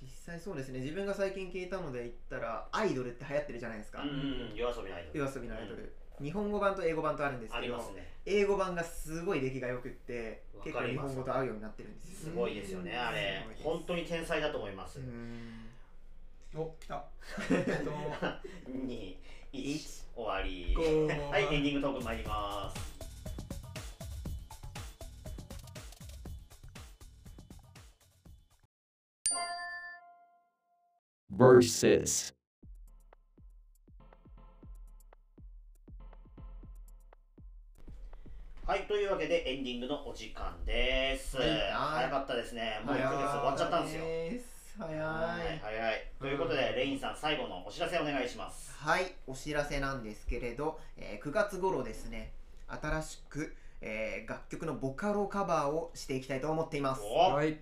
[SPEAKER 2] 実際そうですね自分が最近聞いたので言ったらアイドルって流行ってるじゃないですか
[SPEAKER 1] にうんうん夜遊びのアイドル
[SPEAKER 2] 夜遊びのアイドル日本語版と英語版とあるんです
[SPEAKER 1] あ
[SPEAKER 2] け
[SPEAKER 1] りま
[SPEAKER 2] ど
[SPEAKER 1] すね
[SPEAKER 2] 英語版がすごい出来が良くって結
[SPEAKER 1] わ
[SPEAKER 2] 構
[SPEAKER 1] かり
[SPEAKER 2] 日
[SPEAKER 1] ます
[SPEAKER 2] 本語と合うようになってるんです
[SPEAKER 1] す
[SPEAKER 2] よ
[SPEAKER 1] ごいですよねあれ
[SPEAKER 2] すごいです
[SPEAKER 1] 本当に天才だと思います、
[SPEAKER 2] うん
[SPEAKER 3] お来たえっと
[SPEAKER 1] 21終わり
[SPEAKER 3] こう
[SPEAKER 1] はいエンディングトーク参ります
[SPEAKER 4] versus
[SPEAKER 1] はい、というわけでエンディングのお時間です。
[SPEAKER 2] はい
[SPEAKER 1] 早かったですね。もう1ヶ月終わっちゃったんですよ。
[SPEAKER 2] 早い
[SPEAKER 1] はい、早い。ということで、レインさん、最後のお知らせお願いします。
[SPEAKER 2] はい、お知らせなんですけれど、えー9月頃ですね、新しく、えー楽曲のボカロカバーをしていきたいと思っています。
[SPEAKER 1] お
[SPEAKER 3] はい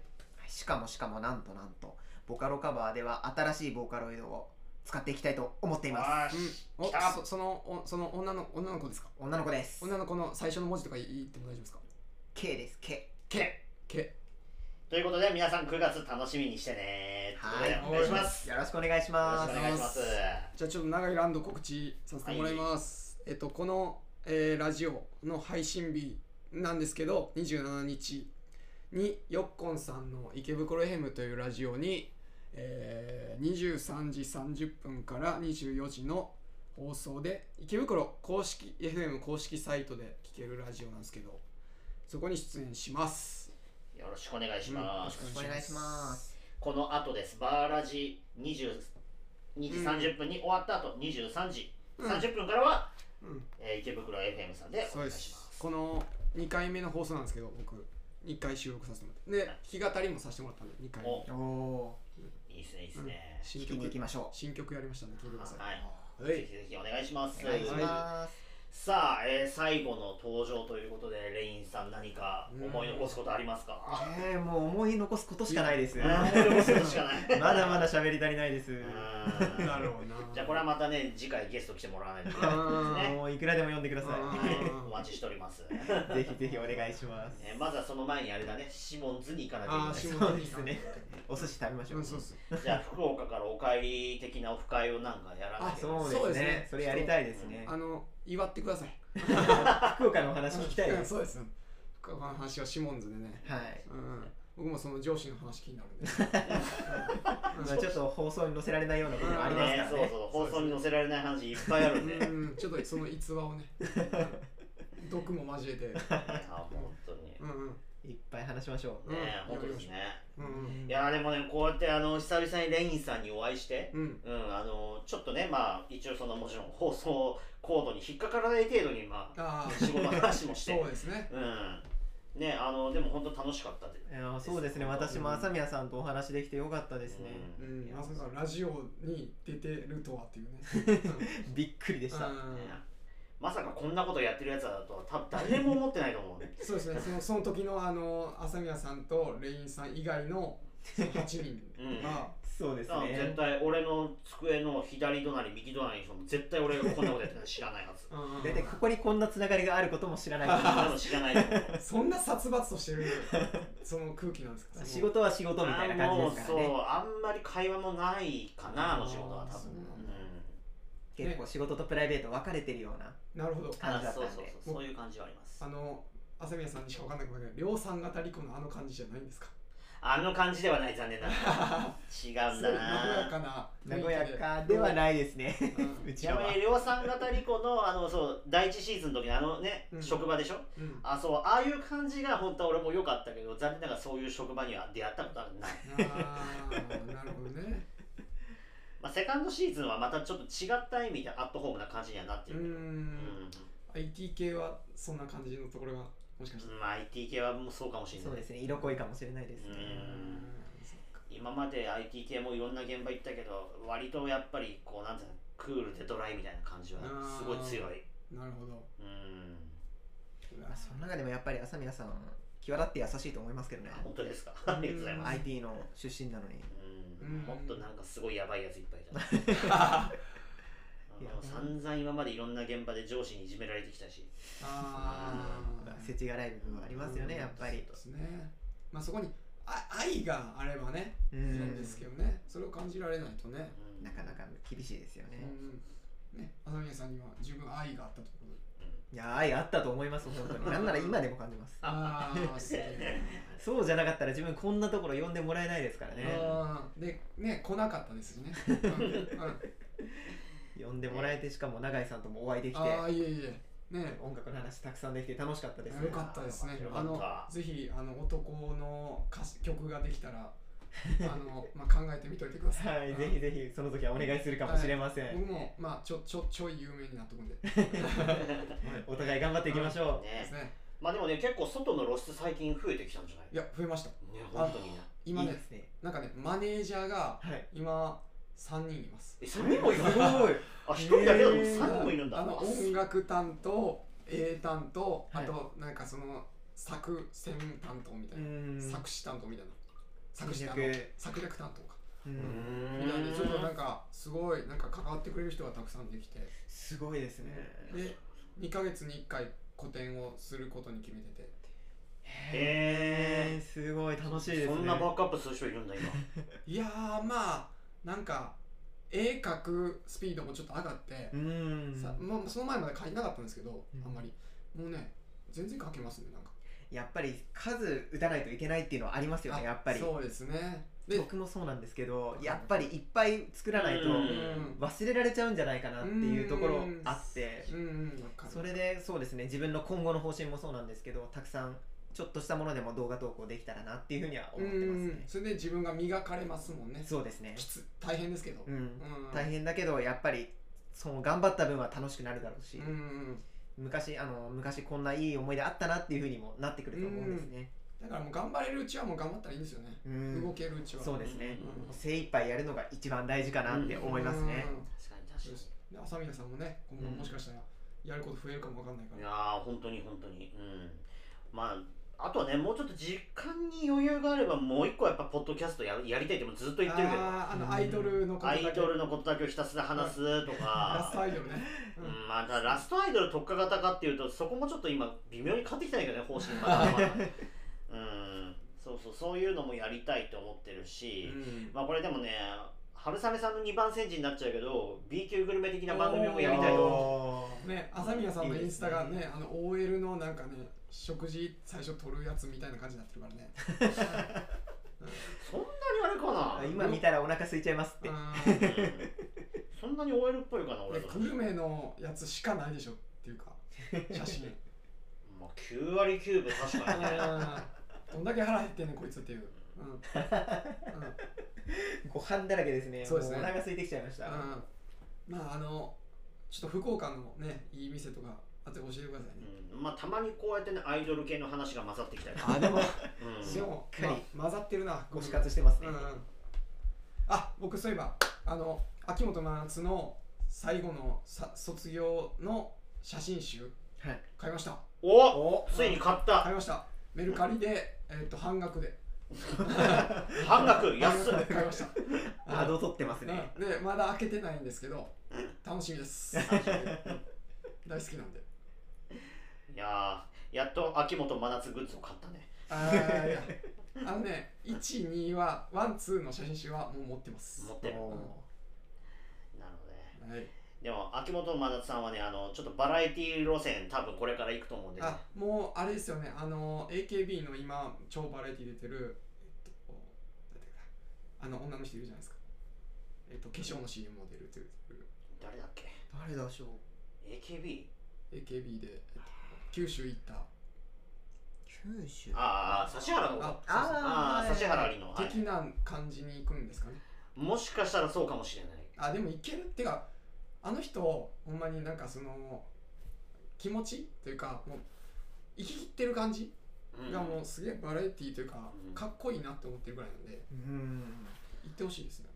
[SPEAKER 2] しかもしかもなんとなんと、ボカロカバーでは新しいボーカロイドを使っていきたいと思っています。
[SPEAKER 1] よ
[SPEAKER 3] うん
[SPEAKER 1] し、
[SPEAKER 3] お
[SPEAKER 1] 来た
[SPEAKER 3] そそのおその女の女の子ですか
[SPEAKER 2] 女の子です。
[SPEAKER 3] 女の子の最初の文字とか言っても大丈夫ですか
[SPEAKER 2] K です、K。
[SPEAKER 3] けけ
[SPEAKER 1] とということで皆さん9月楽しみにしてね
[SPEAKER 2] はい
[SPEAKER 1] ということでお願いしますよ
[SPEAKER 2] よろしくお願いし
[SPEAKER 1] ろ
[SPEAKER 2] ま
[SPEAKER 1] し
[SPEAKER 2] す
[SPEAKER 1] くお願いします
[SPEAKER 3] じゃあちょっと長いランド告知させてもらいます、えっとこの、えーラジオの配信日なんですけど27日によっこんさんの池袋エヘムというラジオに、えー23時30分から24時の放送で池袋公式 FM 公式サイトで聴けるラジオなんですけどそこに出演します
[SPEAKER 1] よろしくお願いします、
[SPEAKER 3] うんよろしくお願いしま
[SPEAKER 2] お
[SPEAKER 3] す
[SPEAKER 2] 願いします
[SPEAKER 1] この後ですバーラジ20 2時30分に終わった後23時
[SPEAKER 3] うん
[SPEAKER 1] 30分からは、
[SPEAKER 3] うん
[SPEAKER 1] えー池袋 FM さんでお
[SPEAKER 3] そう
[SPEAKER 1] 願
[SPEAKER 3] で
[SPEAKER 1] いしますす
[SPEAKER 3] この2回目の放送なんですけど僕2回収録させてもらってで弾き語りもさせてもらったんで2回目
[SPEAKER 1] お
[SPEAKER 2] おお
[SPEAKER 1] いいですねいいですね、
[SPEAKER 3] 新
[SPEAKER 2] ー聞い
[SPEAKER 3] 曲
[SPEAKER 2] ていきましょ
[SPEAKER 3] 新曲やりましたんで聞いてくださ
[SPEAKER 1] はい
[SPEAKER 3] い
[SPEAKER 1] ぜひぜひお願いします
[SPEAKER 2] うお願いします
[SPEAKER 1] さあ、えー最後の登場ということでレインさん何か思い残すことありますか、
[SPEAKER 2] えー、もう思い残すことしかないです
[SPEAKER 1] う
[SPEAKER 2] ま
[SPEAKER 1] ん、思い残すことしかない
[SPEAKER 2] だ まだ喋り足りないです
[SPEAKER 1] うん
[SPEAKER 3] なるほどな
[SPEAKER 1] じゃあこれはまたね次回ゲスト来てもらわないといけないですね
[SPEAKER 3] あ
[SPEAKER 2] もういくらでも読んでくだ
[SPEAKER 3] あ
[SPEAKER 2] さ
[SPEAKER 1] はいお待ちしております、ね、
[SPEAKER 2] いぜひぜひお願いします
[SPEAKER 1] まずはその前にあれだねシモンズに行かなきゃいけ
[SPEAKER 3] あ
[SPEAKER 1] な
[SPEAKER 3] あ
[SPEAKER 1] い
[SPEAKER 3] 仕
[SPEAKER 1] です
[SPEAKER 3] 事
[SPEAKER 2] そうですねお寿司食べましょ
[SPEAKER 3] う
[SPEAKER 2] うん
[SPEAKER 3] そうっす
[SPEAKER 1] じゃあ福岡からお帰り的なオフ会をなんかやらない
[SPEAKER 3] あ
[SPEAKER 1] と
[SPEAKER 2] そうですね
[SPEAKER 3] そう
[SPEAKER 2] それ
[SPEAKER 3] ですね
[SPEAKER 2] やりたいですね
[SPEAKER 3] あの祝ってください
[SPEAKER 2] 福岡のお話聞きたい
[SPEAKER 3] うん
[SPEAKER 2] です
[SPEAKER 3] そうですこの話はシモンズでね
[SPEAKER 2] はい
[SPEAKER 3] うん僕もその上司の話気になるんで
[SPEAKER 2] まあちょっと放送に載せられないようなこともあります
[SPEAKER 1] ね
[SPEAKER 2] か
[SPEAKER 1] そう
[SPEAKER 2] らね
[SPEAKER 1] そう放送に載せられない話いっぱいあるんで、ね、
[SPEAKER 3] うんちょっとその逸話をね毒も交えて
[SPEAKER 1] あ本当に
[SPEAKER 3] うんうん
[SPEAKER 2] いっぱい話しましょ
[SPEAKER 1] ね本当ですね
[SPEAKER 3] うん
[SPEAKER 1] いやーでもねこうやってあの久々にレインさんにお会いして
[SPEAKER 3] うん
[SPEAKER 1] うんあのちょっとねまあ一応そのもちろん放送コードに引っかからない程度にま
[SPEAKER 3] あ
[SPEAKER 1] あ
[SPEAKER 3] あ
[SPEAKER 1] 仕事の話もして
[SPEAKER 3] そうですね
[SPEAKER 1] うんねあのでも本当楽しかったで
[SPEAKER 2] ういやそうですね私も朝宮さんとお話できてよかったですね
[SPEAKER 1] う
[SPEAKER 3] うんん
[SPEAKER 1] いや
[SPEAKER 3] まさかラジオに出てるとはっていうね
[SPEAKER 2] びっくりでした
[SPEAKER 3] うん
[SPEAKER 1] ねまさかこんなことやってるやつだとは多分誰も思ってないと思うん で
[SPEAKER 3] そうですねそのその時のあの朝宮さんとレインさん以外のその8人が
[SPEAKER 2] そうです
[SPEAKER 1] だから絶
[SPEAKER 2] ね
[SPEAKER 1] 対俺の机の左隣右隣にその絶対俺がこんなことやってるの知らないはず
[SPEAKER 3] うん
[SPEAKER 2] 大体ここにこんなつながりがあることも知らないと思います
[SPEAKER 1] 多分知らないと思う
[SPEAKER 3] そんな殺伐としてるその空気なんですか
[SPEAKER 2] 仕事は仕事みたいな感じですから
[SPEAKER 1] あもう
[SPEAKER 2] ね
[SPEAKER 1] そうあんまり会話もないかなあの仕事は多
[SPEAKER 3] そう
[SPEAKER 1] 分
[SPEAKER 3] なん
[SPEAKER 2] 結構仕事とプライベート分かれてるような
[SPEAKER 3] なるほど
[SPEAKER 2] 感
[SPEAKER 1] あ
[SPEAKER 2] じだった
[SPEAKER 1] そ
[SPEAKER 2] ん
[SPEAKER 1] う
[SPEAKER 2] で
[SPEAKER 1] そうそうそういう感じはあります
[SPEAKER 3] あの朝宮さんにしか分かんなくなるけど量産型リコのあの感じじゃないんですか
[SPEAKER 1] あの感じではない残念ながら違うん
[SPEAKER 3] す
[SPEAKER 1] だ
[SPEAKER 3] ごい和や
[SPEAKER 1] な
[SPEAKER 3] かな、
[SPEAKER 2] 和やかではいないですね
[SPEAKER 3] うん
[SPEAKER 2] うち
[SPEAKER 1] ちな
[SPEAKER 2] らは
[SPEAKER 1] みに量産型リコのあのそう第一シーズンの時のあのね、
[SPEAKER 3] うん
[SPEAKER 1] 職場でしょ
[SPEAKER 3] うん
[SPEAKER 1] あそうああいう感じが本当は俺も良かったけど残念ながらそういう職場には出会ったことはない、
[SPEAKER 3] あーなるほどね。
[SPEAKER 1] まあ、セカンドシーズンはまたちょっと違った意味でアットホームな感じにはなって
[SPEAKER 3] う
[SPEAKER 1] るけど
[SPEAKER 3] ん。IT 系はそんな感じのところがもしかして。
[SPEAKER 1] うんまあ IT 系はもうそうかもしれない
[SPEAKER 2] そうですね色濃いかもしれないです
[SPEAKER 1] う
[SPEAKER 3] う
[SPEAKER 1] ー
[SPEAKER 2] ね
[SPEAKER 1] ん
[SPEAKER 3] そっか
[SPEAKER 1] 今まで IT 系もいろんな現場行ったけど割とやっぱりこうなんていうのクールでドライみたいな感じは
[SPEAKER 3] あー
[SPEAKER 1] すごい強い
[SPEAKER 3] なるほど。
[SPEAKER 1] うん
[SPEAKER 3] うわ
[SPEAKER 2] まあその中でもやっぱり朝宮さん際立って優しいと思いますけどね
[SPEAKER 1] あ本当ですかありがとうございます
[SPEAKER 2] IT の出身なのに
[SPEAKER 1] う
[SPEAKER 3] うんん
[SPEAKER 1] もっとなんかすごいやばいやついっぱいいた
[SPEAKER 2] いや
[SPEAKER 1] あの散々今までいろんな現場で上司にいじめられてきたし
[SPEAKER 3] ああ。
[SPEAKER 2] 世知辛い部分はありますよね
[SPEAKER 3] うん
[SPEAKER 2] やっぱり
[SPEAKER 3] そうですね。まあそこにあ愛があればね、
[SPEAKER 2] う
[SPEAKER 3] いい
[SPEAKER 2] ん
[SPEAKER 3] んですけどね。それを感じられないとね。
[SPEAKER 1] うん
[SPEAKER 2] なか なか厳しいですよ
[SPEAKER 3] う
[SPEAKER 2] ね
[SPEAKER 3] ん。ね、朝宮さんには十分愛があったところで。
[SPEAKER 2] いや愛あったと思います本当 になんなら今でも感じます
[SPEAKER 3] ああ、すげえ。
[SPEAKER 2] そうじゃなかったら自分こんなところ呼んでもらえないです からね
[SPEAKER 3] あーで、ね、来なかったですし ね。うんうん
[SPEAKER 2] 呼んでもらえてしかも永井さんともお会いできて
[SPEAKER 3] ああ、いえいえ。ね。
[SPEAKER 2] 音楽の話たくさんできて楽しかったです
[SPEAKER 3] よかったですね
[SPEAKER 1] よ。か
[SPEAKER 3] あ
[SPEAKER 1] っ
[SPEAKER 3] の
[SPEAKER 1] た
[SPEAKER 3] ぜひあの男の歌詞曲ができた らあのまあ考えてみといてください。
[SPEAKER 2] はい、ぜひぜひその時はお願いするかもしれません、
[SPEAKER 3] 僕もまあちょちょちょい有名になっとくんで。
[SPEAKER 2] お互い頑張っていきましょう、
[SPEAKER 3] です
[SPEAKER 1] ね
[SPEAKER 3] ね。
[SPEAKER 1] まあでもね結構外の露出最近増えてきたんじゃない
[SPEAKER 3] いや増えました。
[SPEAKER 1] ね本当にね
[SPEAKER 3] 今
[SPEAKER 2] いい
[SPEAKER 3] ね
[SPEAKER 2] ですね
[SPEAKER 3] なんかねマネージャーが
[SPEAKER 2] はい
[SPEAKER 3] 今三人います。
[SPEAKER 1] え3人もい
[SPEAKER 2] す
[SPEAKER 1] る
[SPEAKER 2] ごい
[SPEAKER 1] あ1人だけだと
[SPEAKER 2] へー
[SPEAKER 1] 3人もいるんだ
[SPEAKER 3] あの音楽担当、A 担当、
[SPEAKER 2] はい
[SPEAKER 3] あとなんかその作戦担当みた
[SPEAKER 2] う
[SPEAKER 3] いな、
[SPEAKER 2] ん
[SPEAKER 3] 作詞担当みたいな。作詞
[SPEAKER 2] 戦
[SPEAKER 3] 担
[SPEAKER 2] 略
[SPEAKER 3] 当、策略担当か。
[SPEAKER 2] う
[SPEAKER 1] うんーん
[SPEAKER 3] みたいでちょっとなんかすごいなんか関わってくれる人がたくさんできて。
[SPEAKER 2] すごいですね
[SPEAKER 3] で2ヶ月に1回個展をすることに決めてて
[SPEAKER 1] へ
[SPEAKER 2] えー、すごい楽しいです
[SPEAKER 1] そ
[SPEAKER 2] ね
[SPEAKER 1] んなバックアップする人いるんだ今
[SPEAKER 3] いやーまあなんか絵描くスピードもちょっと上がって
[SPEAKER 2] う、ん
[SPEAKER 3] さまあ、その前まで描いてなかったんですけど、
[SPEAKER 2] うん
[SPEAKER 3] あんまりもうね全然描けますねなんか
[SPEAKER 2] やっぱり数打たないといけないっていうのはありますよねやっぱり
[SPEAKER 3] そうですねで
[SPEAKER 2] 僕もそうなんですけどやっぱりいっぱい作らない
[SPEAKER 1] う
[SPEAKER 2] と
[SPEAKER 1] ん
[SPEAKER 2] 忘れられちゃうんじゃないかなっていうところあって
[SPEAKER 3] うんうんわかる
[SPEAKER 2] それでそうですね自分の今後の方針もそうなんですけどたくさんちょっとしたものでも動画投稿できたらなっていうふうには思ってます
[SPEAKER 3] うん
[SPEAKER 2] ね
[SPEAKER 3] それで自分が磨かれますもんね
[SPEAKER 2] そうですね
[SPEAKER 3] きつ大変ですけど、
[SPEAKER 2] うん
[SPEAKER 3] うん
[SPEAKER 2] 大変だけどやっぱりその頑張った分は楽しくなるだろうし
[SPEAKER 3] うんうん
[SPEAKER 2] 昔あの昔こんないい思い出あったなっていうふうにもなってくると思うんですね
[SPEAKER 3] だからもう頑張れるうちはもう頑張ったらいいんですよね、
[SPEAKER 2] うん
[SPEAKER 3] 動けるうちは
[SPEAKER 2] そうですね
[SPEAKER 3] うん
[SPEAKER 2] 精一杯やるのが一番大事かなって思いますね
[SPEAKER 3] うん
[SPEAKER 1] 確かに確
[SPEAKER 3] そうですで朝宮さんもね今後
[SPEAKER 2] うん
[SPEAKER 3] もしかしたらやること増えるかもわかんないか
[SPEAKER 1] いや
[SPEAKER 3] ら、
[SPEAKER 1] ー本当に本当にうんまああとはねもうちょっと時間に余裕があればもう一個やっぱポッドキャストややりたいってもうずっと言ってるけど
[SPEAKER 3] あーあのアイドルのこと
[SPEAKER 1] ア
[SPEAKER 3] だ
[SPEAKER 1] イ
[SPEAKER 3] け
[SPEAKER 1] ドルのことだけをひたすら話すと
[SPEAKER 3] ラスト
[SPEAKER 1] か、
[SPEAKER 3] アイドルね、
[SPEAKER 1] う
[SPEAKER 3] うん
[SPEAKER 1] ん、まあだからラストアイドル特化型かっていうとそこもちょっと今微妙に変わってきたんだけどね方針 がうんそうそうそういうのもやりたいと思ってるし、
[SPEAKER 3] うん
[SPEAKER 1] まあこれでもね春雨さんの2番煎じになっちゃうけど B 級グルメ的な番組もやりたいと
[SPEAKER 2] おー
[SPEAKER 3] ね、朝宮さんのインスタが
[SPEAKER 2] いい
[SPEAKER 3] ね、あの OL のなんかね、食事最初取るやつみたいな感じになってるからね。
[SPEAKER 1] そんなにあれかな
[SPEAKER 2] あ今見たらお腹空いちゃいますって
[SPEAKER 3] うん
[SPEAKER 1] うんそんなに OL っぽいかな俺
[SPEAKER 3] で
[SPEAKER 1] とか
[SPEAKER 3] グルメのやつしかないでしょっていうか、写真。
[SPEAKER 1] まあ、9割9分確かに ね
[SPEAKER 3] うんどんだけ腹減ってんねん、こいつっていう。うんうん
[SPEAKER 2] ご飯だらけですね
[SPEAKER 3] そうですね
[SPEAKER 2] もお腹空いてきちゃいました
[SPEAKER 3] うんまあ、あの、ちょっと福岡のね、いい店とか、あって教えてくださいね。
[SPEAKER 1] うんまあたまにこうやってねアイドル系の話が混ざってきたりとか
[SPEAKER 2] あでも
[SPEAKER 1] うん
[SPEAKER 3] でも、
[SPEAKER 2] しっかり
[SPEAKER 3] まあ混ざってるな、
[SPEAKER 2] 推し活してますね
[SPEAKER 3] うんうんあ僕そういえばあの秋元真夏の最後のさ卒業の写真集
[SPEAKER 2] はい
[SPEAKER 3] 買いました
[SPEAKER 1] お
[SPEAKER 2] お
[SPEAKER 1] ついに買った
[SPEAKER 3] 買いましたメルカリで、えっと半額で
[SPEAKER 1] 半額安い
[SPEAKER 3] 半額で買いました
[SPEAKER 2] アド取ってますね
[SPEAKER 3] うんでまだ開けてないんですけど楽しみです大好きなんで
[SPEAKER 1] いやーやっと秋元真夏グッズを買ったね
[SPEAKER 3] あーいやあのね12はワンツーの写真集はもう持ってます
[SPEAKER 1] 持ってる
[SPEAKER 2] おー
[SPEAKER 1] なるほどね
[SPEAKER 3] はい
[SPEAKER 1] でも秋元真夏さんはねあのちょっとバラエティ路線多分これから行くと思うんで、ね、
[SPEAKER 3] あもうあれですよねあの AKB の今超バラエティ出てる、えっと、なんていうかあの女の人いるじゃないですかえっと化粧の CM も出るっていう
[SPEAKER 1] 誰だっけ
[SPEAKER 2] 誰だしょう
[SPEAKER 1] AKB?
[SPEAKER 3] AKB で、えっと、九州行った
[SPEAKER 2] 九州
[SPEAKER 1] ああ指原の
[SPEAKER 3] あ
[SPEAKER 1] ああ
[SPEAKER 2] ー
[SPEAKER 1] 指原莉の、はい
[SPEAKER 3] 的な感じに行くんですかね
[SPEAKER 1] もしかしたらそうかもしれない
[SPEAKER 3] あでも行けるってかあの人ほんまになんかその気持ちというかもう生き切ってる感じ
[SPEAKER 1] うん
[SPEAKER 3] がもうすげえバラエティというか
[SPEAKER 1] うん
[SPEAKER 3] かっこいいなって思ってるぐらいなんで
[SPEAKER 2] うん
[SPEAKER 3] 行ってほしいですね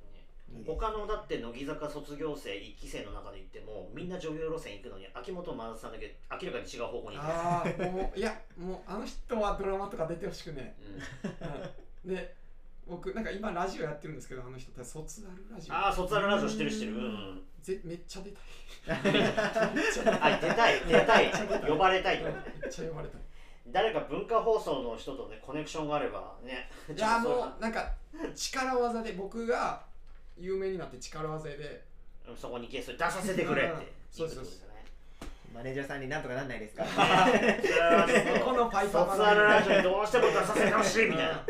[SPEAKER 2] いいです
[SPEAKER 1] 他のだって乃木坂卒業生1期生の中で言ってもみんな女優路線行くのに秋元真夏さんだけ明らかに違う方向に行く、
[SPEAKER 3] ああもういやもうあの人はドラマとか出てほしくね
[SPEAKER 1] うん、
[SPEAKER 3] えで僕なんか今ラジオやってるんですけどあの人って卒アルラジオ
[SPEAKER 1] ああ卒アルラジオしてるしてる、う
[SPEAKER 2] うん
[SPEAKER 1] ん、
[SPEAKER 3] ぜめっちゃ出たいめっちゃ出
[SPEAKER 1] あ
[SPEAKER 3] たい
[SPEAKER 1] 出たい出たい呼ばれたいと
[SPEAKER 3] めっちゃ呼ばれたい
[SPEAKER 1] 誰か文化放送の人とねコネクションがあればね
[SPEAKER 3] いや
[SPEAKER 1] ちょっと
[SPEAKER 3] もうなんか力技で僕が有名になって力技で
[SPEAKER 1] そそこにゲストに出させてくれって
[SPEAKER 3] うんそうそうそう
[SPEAKER 1] いう
[SPEAKER 2] マネージャーさんになんとかなんないですか
[SPEAKER 1] ことですよね
[SPEAKER 3] そこのパイパーが
[SPEAKER 1] 卒アルラジオにどうしても出させてほしいみたいな
[SPEAKER 3] う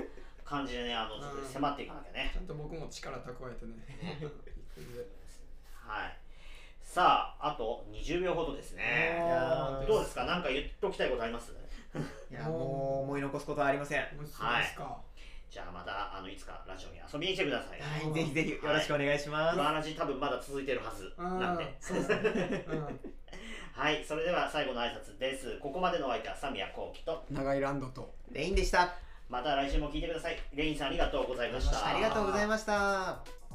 [SPEAKER 1] 感じでねあのちょっと迫っていかなきゃね
[SPEAKER 3] ちゃんと僕も力蓄 えてね
[SPEAKER 1] はいさああと20秒ほどですね
[SPEAKER 2] おー
[SPEAKER 1] どうですか何か言っときたいことあります
[SPEAKER 2] いやもう思い残すことはありませんは
[SPEAKER 3] もうそうですか、
[SPEAKER 1] じゃあまたあのいつかラジオに遊びに来てください、
[SPEAKER 2] いぜひぜひよろしくお願いしま
[SPEAKER 1] こ
[SPEAKER 2] す、
[SPEAKER 1] の話多分まだ続いてるはず
[SPEAKER 3] うん
[SPEAKER 1] なんで
[SPEAKER 3] そうですね、
[SPEAKER 1] はいそれでは最後の挨拶ですここまでのお相手は三宮幸喜と
[SPEAKER 3] うん、長いランドと
[SPEAKER 2] レインでした
[SPEAKER 1] また来週も聞いてくださいレインさんありがとうございました
[SPEAKER 2] ありがとうございました